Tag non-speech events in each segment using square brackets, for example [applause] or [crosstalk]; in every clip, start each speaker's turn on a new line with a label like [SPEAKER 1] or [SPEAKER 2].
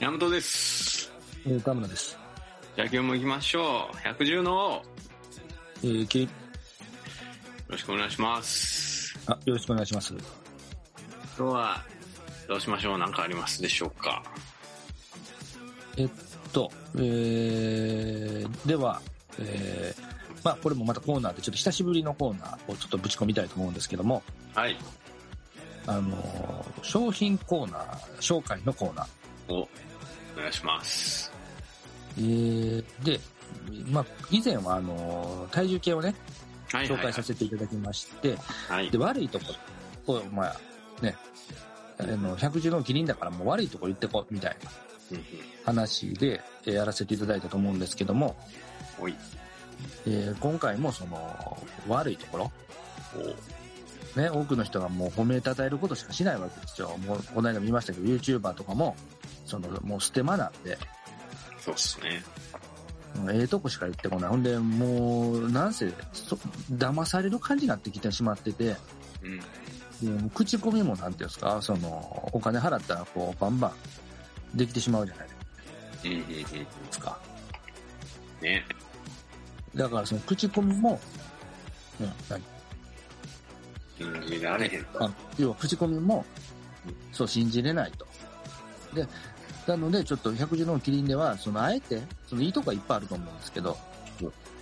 [SPEAKER 1] 山本です。
[SPEAKER 2] 岡村です。
[SPEAKER 1] じゃあ今日も行きましょう。110の王よ
[SPEAKER 2] えー、き
[SPEAKER 1] ろしくお願いします。
[SPEAKER 2] あ、よろしくお願いします。
[SPEAKER 1] 今日はどうしましょう何かありますでしょうか
[SPEAKER 2] えっと、えー、では、えー、まあ、これもまたコーナーで、ちょっと久しぶりのコーナーをちょっとぶち込みたいと思うんですけども、
[SPEAKER 1] はい。
[SPEAKER 2] あのー商品コーナー、紹介のコーナー。
[SPEAKER 1] お、お願いします。
[SPEAKER 2] えー、で、まあ、以前は、あのー体重計をね、
[SPEAKER 1] はいは
[SPEAKER 2] 紹
[SPEAKER 1] い、は
[SPEAKER 2] 介
[SPEAKER 1] い
[SPEAKER 2] さ。せていただきまして、
[SPEAKER 1] はい
[SPEAKER 2] で、。悪いところを、まあ、ね、あの、百獣の麒麟だからもう悪いところ言ってこう、みたいな
[SPEAKER 1] うんうん
[SPEAKER 2] 話で、えーやらせていただいたと思うんですけども、
[SPEAKER 1] おい。
[SPEAKER 2] えー今回もその悪いところ、
[SPEAKER 1] お
[SPEAKER 2] ね、多くの人がもう褒めたたえることしかしないわけですよ。もうこの間も言いましたけど、YouTuber とかも、そのもうステマなんで、
[SPEAKER 1] そうっすね。
[SPEAKER 2] うんええとこしか言ってこない。ほんで、もう、なんせ、そ騙される感じになってきてしまってて、
[SPEAKER 1] うん。
[SPEAKER 2] うん口コミもなんていうんですか、その、お金払ったらこう、バンバンできてしまうじゃない
[SPEAKER 1] うんうんうん。
[SPEAKER 2] ですか。
[SPEAKER 1] ね。
[SPEAKER 2] だからその口コミも、うん、何
[SPEAKER 1] 信じられへんと。
[SPEAKER 2] あ要は口コミもそう信じれないと。で、なのでちょっと百獣の麒麟では、そのあえて、そのいいとこはいっぱいあると思うんですけど、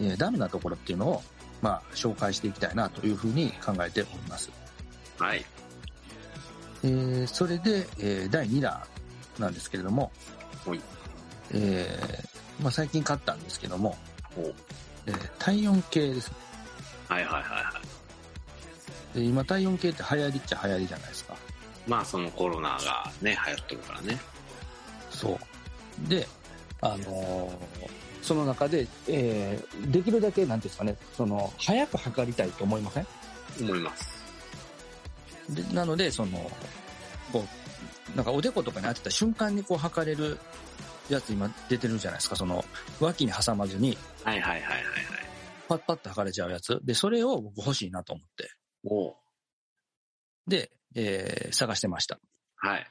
[SPEAKER 2] えーダメなところっていうのを、まあ、紹介していきたいなというふうに考えております。
[SPEAKER 1] はい。
[SPEAKER 2] えーそれで、えー第2弾なんですけれども、
[SPEAKER 1] おい。
[SPEAKER 2] えーまあ、最近買ったんですけども、
[SPEAKER 1] お
[SPEAKER 2] えー体温計ですね。
[SPEAKER 1] はいはいはいは
[SPEAKER 2] で今体温計って流行りっちゃ流行りじゃないですか。
[SPEAKER 1] い。まあそのコロナがね、流行ってるからね。
[SPEAKER 2] そう。で、あのーその中で、えーできるだけ、なんていうんですかね、その、早く測りたいと思いません
[SPEAKER 1] 思います。
[SPEAKER 2] でなので、その、こう、なんかおでことかに当てた瞬間にこう測れるやつ今出てるじゃないですか、その、脇に挟まずに、
[SPEAKER 1] はいはいはいはいはい。
[SPEAKER 2] パッパッと測れちゃうやつ。で、それを僕欲しいなと思って。
[SPEAKER 1] お
[SPEAKER 2] で、えー探してました。
[SPEAKER 1] はい。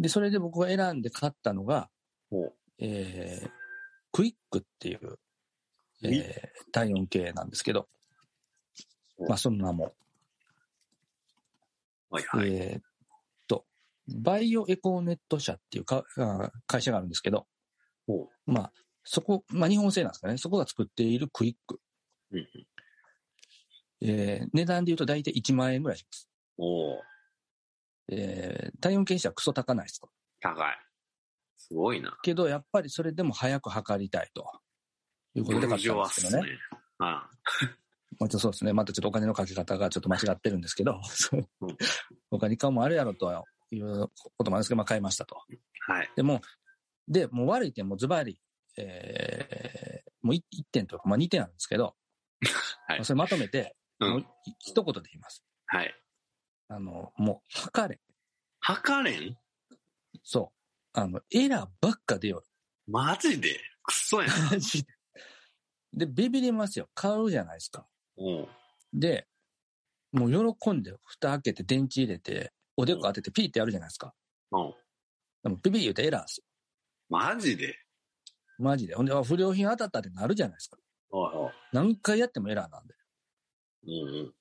[SPEAKER 2] で、それで僕が選んで買ったのが、
[SPEAKER 1] お
[SPEAKER 2] えークイックっていう、えー体温計なんですけど、
[SPEAKER 1] お
[SPEAKER 2] まあ、その名も、
[SPEAKER 1] はいはい。
[SPEAKER 2] えーっと、バイオエコネット社っていうかあ会社があるんですけど、
[SPEAKER 1] お
[SPEAKER 2] まあ、そこ、まあ、日本製なんですかね、そこが作っているクイック。
[SPEAKER 1] うんうん
[SPEAKER 2] えー値段で言うと大体1万円ぐらいします。
[SPEAKER 1] お
[SPEAKER 2] えー体温計にしてはクソ高ないです
[SPEAKER 1] 高い。すごいな。
[SPEAKER 2] けど、やっぱりそれでも早く測りたいと。いうことで買ったんですけどね。
[SPEAKER 1] あ
[SPEAKER 2] まあ、ちょっとそうですね。またちょっとお金のかけ方がちょっと間違ってるんですけど、 [laughs] そうお金かもあるやろとはいうこともあるんですけど、まあ買いましたと。
[SPEAKER 1] あ、はい。
[SPEAKER 2] でも、で、もう悪い点もズバリ、えー、もう 1, 点というか、まあ2点あるんですけど、
[SPEAKER 1] [laughs] はい
[SPEAKER 2] まあそれまとめて、
[SPEAKER 1] う。
[SPEAKER 2] もうんい一言で言います。
[SPEAKER 1] はい。
[SPEAKER 2] あの、もう測れ。
[SPEAKER 1] 測れん
[SPEAKER 2] そう。あの、エラーばっか出よる。
[SPEAKER 1] マジでクソやん。
[SPEAKER 2] [laughs] マジで。で、ビビりますよ。買うじゃないですか。
[SPEAKER 1] おう
[SPEAKER 2] で、もう喜んで、蓋開けて、電池入れて、おでこ当てて、ピーってやるじゃないですか。
[SPEAKER 1] おう
[SPEAKER 2] でも、ピピー言うてエラーっすよ。
[SPEAKER 1] マジで
[SPEAKER 2] マジで。ほんで、あ不良品当たったってなるじゃないですか。
[SPEAKER 1] おうおう
[SPEAKER 2] 何回やってもエラーなんで。
[SPEAKER 1] うんうん。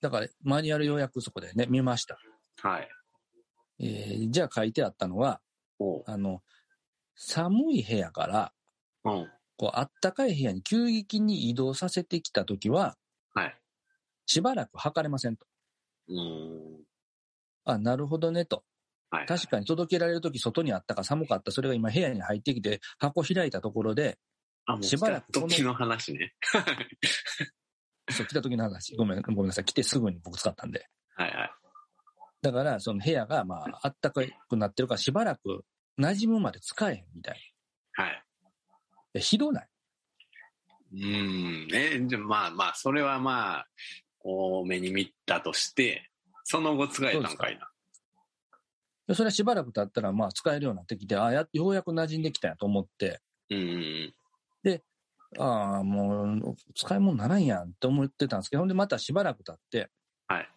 [SPEAKER 2] だから、マニュアルようやくそこでね、見ました。
[SPEAKER 1] はい。
[SPEAKER 2] えーじゃあ書いてあったのは、
[SPEAKER 1] おう
[SPEAKER 2] あの、寒い部屋から、
[SPEAKER 1] うん。
[SPEAKER 2] こう、あったかい部屋に急激に移動させてきたときは、
[SPEAKER 1] はい。
[SPEAKER 2] しばらく測れませんと。
[SPEAKER 1] うーん。
[SPEAKER 2] あ、なるほどね、と。
[SPEAKER 1] はい。
[SPEAKER 2] 確かに届けられるとき、外にあったか寒かった、それが今部屋に入ってきて、箱開いたところで、
[SPEAKER 1] あ、もう
[SPEAKER 2] しばらく
[SPEAKER 1] 来た時の話ね。
[SPEAKER 2] そう、来た時の話、ごめん、ごめんなさい。来てすぐに僕使ったんで。
[SPEAKER 1] はいはい。
[SPEAKER 2] だから、その部屋が、まあ、あったかくなってるから、しばらく馴染むまで使えへんみたいな。い
[SPEAKER 1] はい。
[SPEAKER 2] やひどない。
[SPEAKER 1] うーん。ね、じゃあまあまあ、それはまあ、多めに見たとして、その後使えたんかいな。
[SPEAKER 2] でそれはしばらく経ったら、まあ、使えるようになってきて、あや、ようやく馴染んできたんやと思って、
[SPEAKER 1] うんうんうん。
[SPEAKER 2] ああ、もう、使い物ならんやんって思ってたんですけど、ほんでまたしばらく経って、
[SPEAKER 1] はい。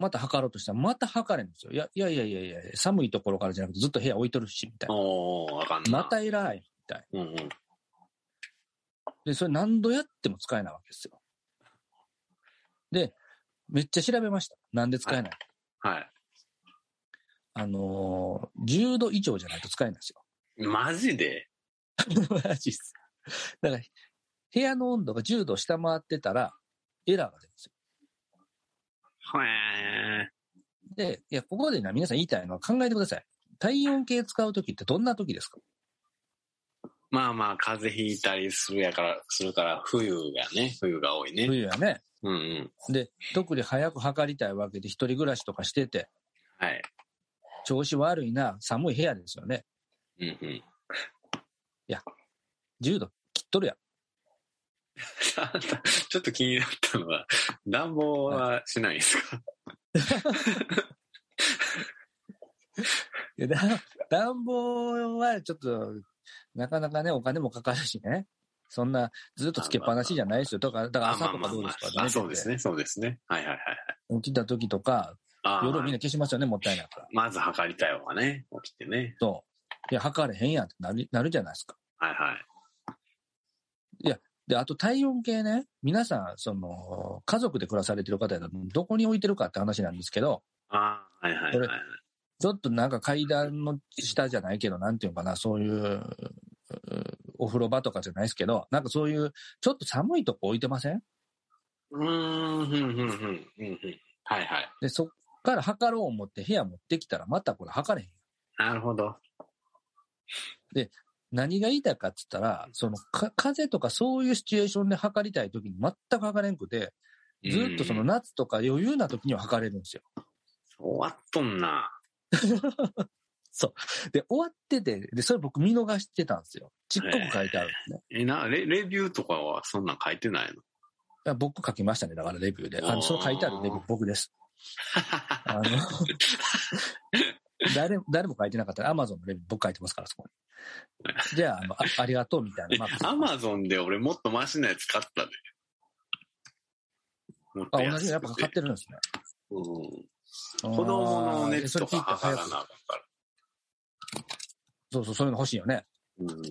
[SPEAKER 2] また測ろうとしたら、また測れんですよ。いや、いやいやいやいや、寒いところからじゃなくてずっと部屋置いとるし、みたいな。
[SPEAKER 1] おー、わかんない。
[SPEAKER 2] また偉い。
[SPEAKER 1] うんうん。
[SPEAKER 2] で、それ何度やっても使えないわけですよ。で、めっちゃ調べました。なんで使えない、
[SPEAKER 1] はい。
[SPEAKER 2] あのー、10度以上じゃないと使えないんですよ。
[SPEAKER 1] マジで
[SPEAKER 2] [laughs] マジっす。だから、部屋の温度が10度下回ってたら、エラーが出るんですよ。
[SPEAKER 1] へー。
[SPEAKER 2] で、いや、ここでな、皆さん言いたいのは考えてください。体温計使うときってどんなときですか
[SPEAKER 1] まあまあ、風邪ひいたりするやから、するから、冬がね、冬が多いね。
[SPEAKER 2] 冬やね。
[SPEAKER 1] うんうん。
[SPEAKER 2] で、特に早く測りたいわけで、一人暮らしとかしてて、
[SPEAKER 1] はい。
[SPEAKER 2] 調子悪いな、寒い部屋ですよね。
[SPEAKER 1] うんうん。 [laughs]
[SPEAKER 2] 10度切っとるやん。
[SPEAKER 1] ちょっと気になったのは、暖房はしないんですか、
[SPEAKER 2] いやだ [laughs] 暖房はちょっと、なかなかね、お金もかかるしね。そんな、ずっとつけっぱなしじゃないですよ。だから、だから
[SPEAKER 1] あ
[SPEAKER 2] 朝とかどうですか、
[SPEAKER 1] あそうです
[SPEAKER 2] ね。
[SPEAKER 1] ね、そうですね。はいはいはい。
[SPEAKER 2] 起きた時とか、
[SPEAKER 1] あ
[SPEAKER 2] 夜みん
[SPEAKER 1] ー
[SPEAKER 2] な消しますよね、もったいないから。
[SPEAKER 1] まず測りたいわね、起きてね。
[SPEAKER 2] そう。いや、測れへんやんってなるなるじゃないですか。
[SPEAKER 1] はいはい。
[SPEAKER 2] で、あと体温計ね、皆さん、その、家族で暮らされてる方やと、どこに置いてるかって話なんですけど、
[SPEAKER 1] あーはいはい
[SPEAKER 2] こ
[SPEAKER 1] は
[SPEAKER 2] れ
[SPEAKER 1] い。
[SPEAKER 2] ちょっとなんか階段の下じゃないけど、なんていうのかな、そういう、うお風呂場とかじゃないですけど、なんかそういう、ちょっと寒いとこ置いてません
[SPEAKER 1] うーん、ふんふんふん、うんうん。はいはい。
[SPEAKER 2] で、そっから測ろう思って部屋持ってきたら、またこれ測れへん。
[SPEAKER 1] なるほど。
[SPEAKER 2] 何が言いたいかって言ったら、そのか、風邪とかそういうシチュエーションで測りたい時に全く測れんくて、ずっとその
[SPEAKER 1] うん、
[SPEAKER 2] 夏とか余裕な時には測れるんですよ。
[SPEAKER 1] 終わっとんな。
[SPEAKER 2] で、終わってて、で、それ僕見逃してたんですよ。ちっこく書いてあるんですね。
[SPEAKER 1] え、な、レレビューとかはそんなん書いてないの
[SPEAKER 2] いや僕書きましたね、だからレビューで。あ
[SPEAKER 1] おー
[SPEAKER 2] の、それ書いてあるレビュー僕です。あの、 [laughs] 誰も、誰も書いてなかったら、アマゾンのレビュー僕書いてますから、そこに。じゃあ、あのあありがとうみたいなマークつけて
[SPEAKER 1] [laughs] ア
[SPEAKER 2] ます。
[SPEAKER 1] マゾンで俺もっとマシなやつ買ったで。もっと
[SPEAKER 2] あ、同じのやっぱかか
[SPEAKER 1] 安く
[SPEAKER 2] っ
[SPEAKER 1] て
[SPEAKER 2] てるんですね。
[SPEAKER 1] うん
[SPEAKER 2] 子
[SPEAKER 1] 子供の熱
[SPEAKER 2] それ
[SPEAKER 1] と
[SPEAKER 2] 聞
[SPEAKER 1] か
[SPEAKER 2] いて
[SPEAKER 1] 測
[SPEAKER 2] 早
[SPEAKER 1] ら
[SPEAKER 2] く
[SPEAKER 1] な。あかんから。
[SPEAKER 2] そうそう、そういうの欲しいよね。
[SPEAKER 1] うん、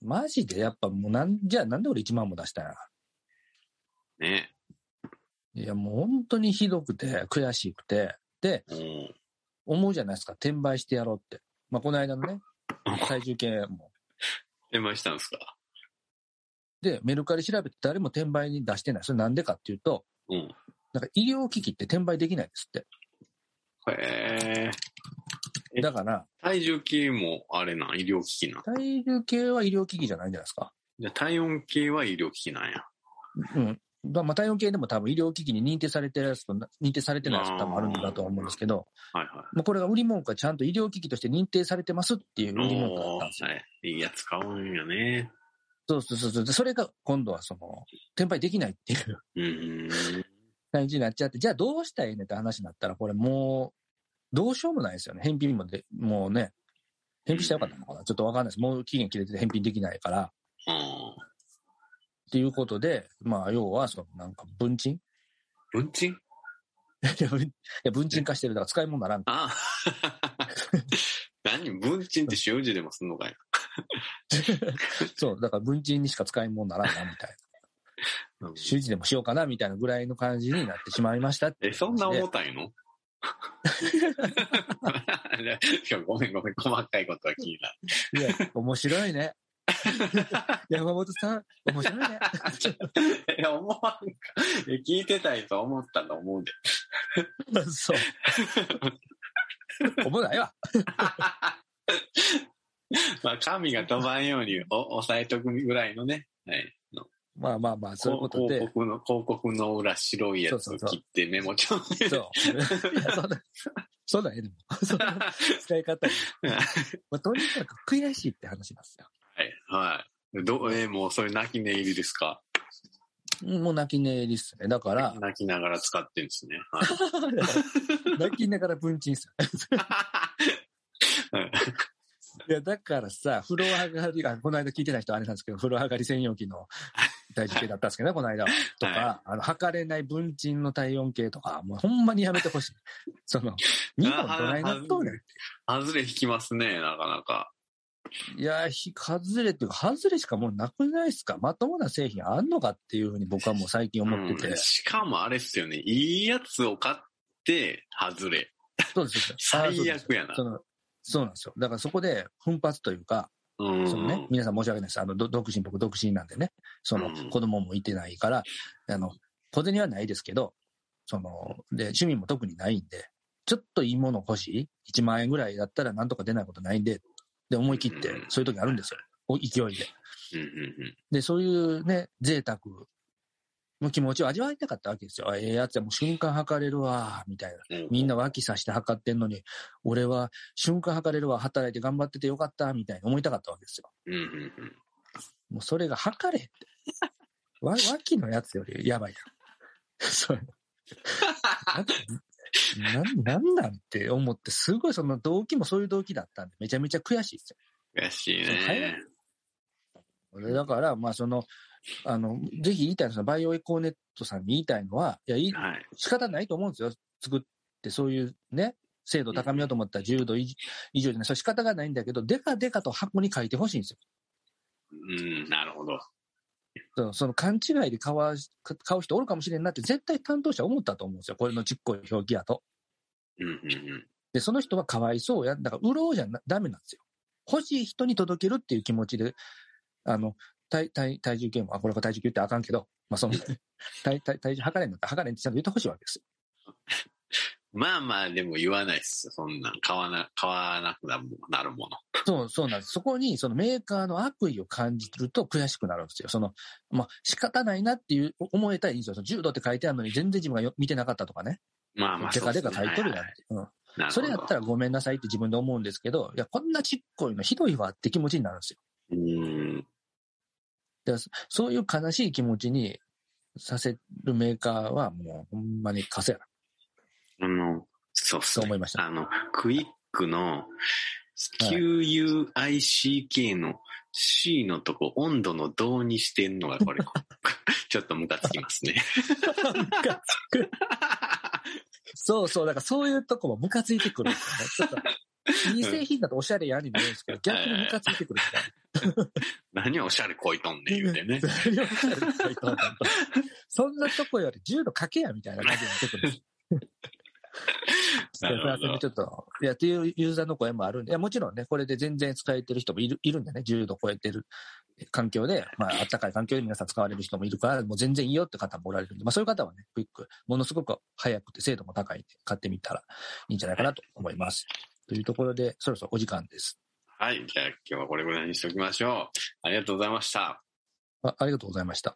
[SPEAKER 2] マジで、やっぱもうなん、じゃあなんで俺1万も出したんや。
[SPEAKER 1] ね。
[SPEAKER 2] いや、もう本当にひどくて、悔しくて。で、
[SPEAKER 1] うん。
[SPEAKER 2] 思うじゃないですか、転売してやろうって。まあ、この間のね、体重計も。
[SPEAKER 1] 電話したんですか
[SPEAKER 2] で、メルカリ調べて誰も転売に出してない。それなんでかっていうと、
[SPEAKER 1] うん。
[SPEAKER 2] なんか医療機器って転売できないんですっ
[SPEAKER 1] へえ。え
[SPEAKER 2] て。だから、
[SPEAKER 1] 体重計もあれなん、医療機器なん。
[SPEAKER 2] 体重計は医療機器じゃないんじゃないですか。
[SPEAKER 1] じゃあ体温計は医療機器なんや。
[SPEAKER 2] うん。まあまあ、体温計でも多分医療機器に認定されてるやつとな、認定されてないやつと多分あるんだとは思うんですけど、
[SPEAKER 1] はいは
[SPEAKER 2] もうこれが売り文句はちゃんと医療機器として認定されてますっていう
[SPEAKER 1] い。
[SPEAKER 2] 売り文句だったんですよ。
[SPEAKER 1] はい。いいやつ買うんやね。
[SPEAKER 2] そうそうそうそう。でそれが今度はその、転売できないっていう [laughs]
[SPEAKER 1] うん。
[SPEAKER 2] 感じになっちゃって、じゃあどうしたらいいねって話になったら、これもう、どうしようもないですよね。返品もで、もうね、返品したらよかったのかなちょっとわかんないです。もう期限切れてて返品できないから。っ
[SPEAKER 1] うん。
[SPEAKER 2] ていうことで、まあ、要は、その、なんか、文鎮 [laughs] い
[SPEAKER 1] 運賃
[SPEAKER 2] や文いや、文鎮化してる。だから使い物ならん。
[SPEAKER 1] ああ [laughs] 何文鎮って塩字でもすんのかい
[SPEAKER 2] そう、だから文鎮にしか使い物ならんな、みたいな。
[SPEAKER 1] な。
[SPEAKER 2] 習字でもしようかな、みたいなぐらいの感じになってしまいましたってい
[SPEAKER 1] え、
[SPEAKER 2] う
[SPEAKER 1] そんな
[SPEAKER 2] 話で
[SPEAKER 1] 重たい [laughs] のいやごめんごめん、細かいことは気になる。
[SPEAKER 2] いや、面白いね。山本さん、面白いね。 [laughs]
[SPEAKER 1] いや、思わんか。え聞いてたいと思ったと思うで。
[SPEAKER 2] そう。思ないわ。
[SPEAKER 1] まあ、神が飛ばんようにお抑えとくぐらいのね。はい。の
[SPEAKER 2] まあまあまあ、そういう
[SPEAKER 1] こ
[SPEAKER 2] ことで
[SPEAKER 1] 広。告の、広告の裏白いやつ
[SPEAKER 2] そ
[SPEAKER 1] を
[SPEAKER 2] うそうそう
[SPEAKER 1] 切ってメモ帳に入れて
[SPEAKER 2] そう。 [laughs] いやそんな、そんなんええでも。 [laughs] そんな使い方に。まあ、とにかく悔しいって話なんですよ。
[SPEAKER 1] はい。はい。ど、えもうそれ泣き寝入りですか
[SPEAKER 2] うんもう泣き寝入りっすね。だから、
[SPEAKER 1] 泣きながら使ってるんですね。はい。
[SPEAKER 2] 泣きながら文鎮っすよ。いや、だからさ、風呂上がり、あ、この間聞いてない人あれなんですけど、風呂上がり専用機の大事系だったんですけどね、この間は。 [laughs] とか、
[SPEAKER 1] は
[SPEAKER 2] あの、測れない分賃の体温計とか、もうほんまにやめてほしい。その、2本どないなっとうねん。
[SPEAKER 1] 外れ引きますね、なかなか。
[SPEAKER 2] いや、ひ、外れっていうか、外れしかもうなくないですかまともな製品あんのかっていうふうに僕はもう最近思ってて。
[SPEAKER 1] うんしかもあれっすよね、いいやつを買って、外れ。
[SPEAKER 2] そうですそうです。あそう
[SPEAKER 1] 最
[SPEAKER 2] です
[SPEAKER 1] 悪やな
[SPEAKER 2] そ。のそうなんですよ。だからそこで奮発というか、
[SPEAKER 1] うん
[SPEAKER 2] そのね、皆さん申し訳ないです。あの、ど独身、僕独身なんでね、その
[SPEAKER 1] うん、
[SPEAKER 2] 子供もいてないから、あの、小銭はないですけど、その、で、趣味も特にないんで、ちょっといいもの欲しい ?1 万円ぐらいだったらなんとか出ないことないんで、で、思い切って
[SPEAKER 1] うん、
[SPEAKER 2] そういう時あるんですよ。お勢いで。
[SPEAKER 1] うんうん
[SPEAKER 2] で、そういうね、贅沢の気持ちを味わいたかったわけですよ。あええやつや、もう瞬間測れるわ、みたいな。
[SPEAKER 1] うん
[SPEAKER 2] みんな脇さして測ってんのに、俺は瞬間測れるわ、働いて頑張っててよかった、みたいに思いたかったわけですよ。
[SPEAKER 1] うんうんうん
[SPEAKER 2] もうそれが測れって。わ、脇のやつよりやばいやん。 [laughs] それ。なん、なんなんって思って、すごいその動機もそういう動機だったんで、めちゃめちゃ悔しいです
[SPEAKER 1] 悔しい
[SPEAKER 2] そう早
[SPEAKER 1] ね
[SPEAKER 2] い。よ。でだから、まあその、あの、ぜひ言いたいのは、そのバイオエコーネットさんに言いたいのは、いや、いい、
[SPEAKER 1] はい。
[SPEAKER 2] 仕方ないと思うんですよ。作って、そういうね、精度高めようと思ったら10度以以上じゃない。それ仕方がないんだけど、でかでかと箱に書いてほしいんですよ。
[SPEAKER 1] うん、なるほど。
[SPEAKER 2] そのその勘違いで買わし買う人おるかもしれんなって絶対担当者思ったと思うんですよ。これのちっこい表記やと。
[SPEAKER 1] うんうん
[SPEAKER 2] で、その人はかわいそうや。だから、売ろうじゃなダメなんですよ。欲しい人に届けるっていう気持ちで、あの、体、体、体重計も、あ、これが体重計ってあかんけど、ま
[SPEAKER 1] [laughs]
[SPEAKER 2] あ、その、体、体、体重測れんだったら測れんってちゃんと言ってほしいわけですよ。
[SPEAKER 1] うん。まあまあ、でも言わないっす。そんなん、買わな、買わなくなるもなるもの。
[SPEAKER 2] そう、そうなんです。そこに、そのメーカーの悪意を感じると悔しくなるんですよ。その、まあ、仕方ないなっていう、思えたらいいんですよ。その柔道って書いてあるのに全然自分がよ見てなかったとかね。
[SPEAKER 1] まあまあ、
[SPEAKER 2] でかでか
[SPEAKER 1] そ
[SPEAKER 2] 書
[SPEAKER 1] うっ
[SPEAKER 2] い
[SPEAKER 1] すね
[SPEAKER 2] とる
[SPEAKER 1] は
[SPEAKER 2] やん
[SPEAKER 1] い
[SPEAKER 2] って。うん。
[SPEAKER 1] はいなるほど
[SPEAKER 2] それやったらごめんなさいって自分で思うんですけど、いや、こんなちっこいのひどいわって気持ちになるんですよ。
[SPEAKER 1] うん。
[SPEAKER 2] だからそそういう悲しい気持ちにさせるメーカーはもうほんまにカスやな
[SPEAKER 1] あの、そうっす
[SPEAKER 2] と
[SPEAKER 1] ね
[SPEAKER 2] 思いました。
[SPEAKER 1] あの、クイックの QUICK の C のとこ、温度の銅にしてんのがこれ、 [laughs] ちょっとムカつきますね。 [laughs]
[SPEAKER 2] そうそう、だからそういうとこもムカついてくるんですよね。ちょっと、いい製品だとおしゃれやに見えるんですけど、逆にムカついてくるんですよね
[SPEAKER 1] 何をおしゃれこいとんねん言うて
[SPEAKER 2] [laughs]
[SPEAKER 1] ね。
[SPEAKER 2] そんなとこより10度かけやみたいな感じになってくるんです。
[SPEAKER 1] なるほど
[SPEAKER 2] それはちょっと、いや、っていうユーザーの声もあるんで、いやもちろんね、これで全然使えてる人もいるいるんでね、10度超えてる環境で、まあ、あったかい環境で皆さん使われる人もいるから、もう全然いいよって方もおられるんで、まあ、そういう方はね、クイック、ものすごく早くて精度も高いんで、買ってみたらいいんじゃないかなと思います。というところで、そろそろお時間です。
[SPEAKER 1] はい。じゃあ今日はこれぐらいにしておきましょう。ありがとうございました。
[SPEAKER 2] あありがとうございました。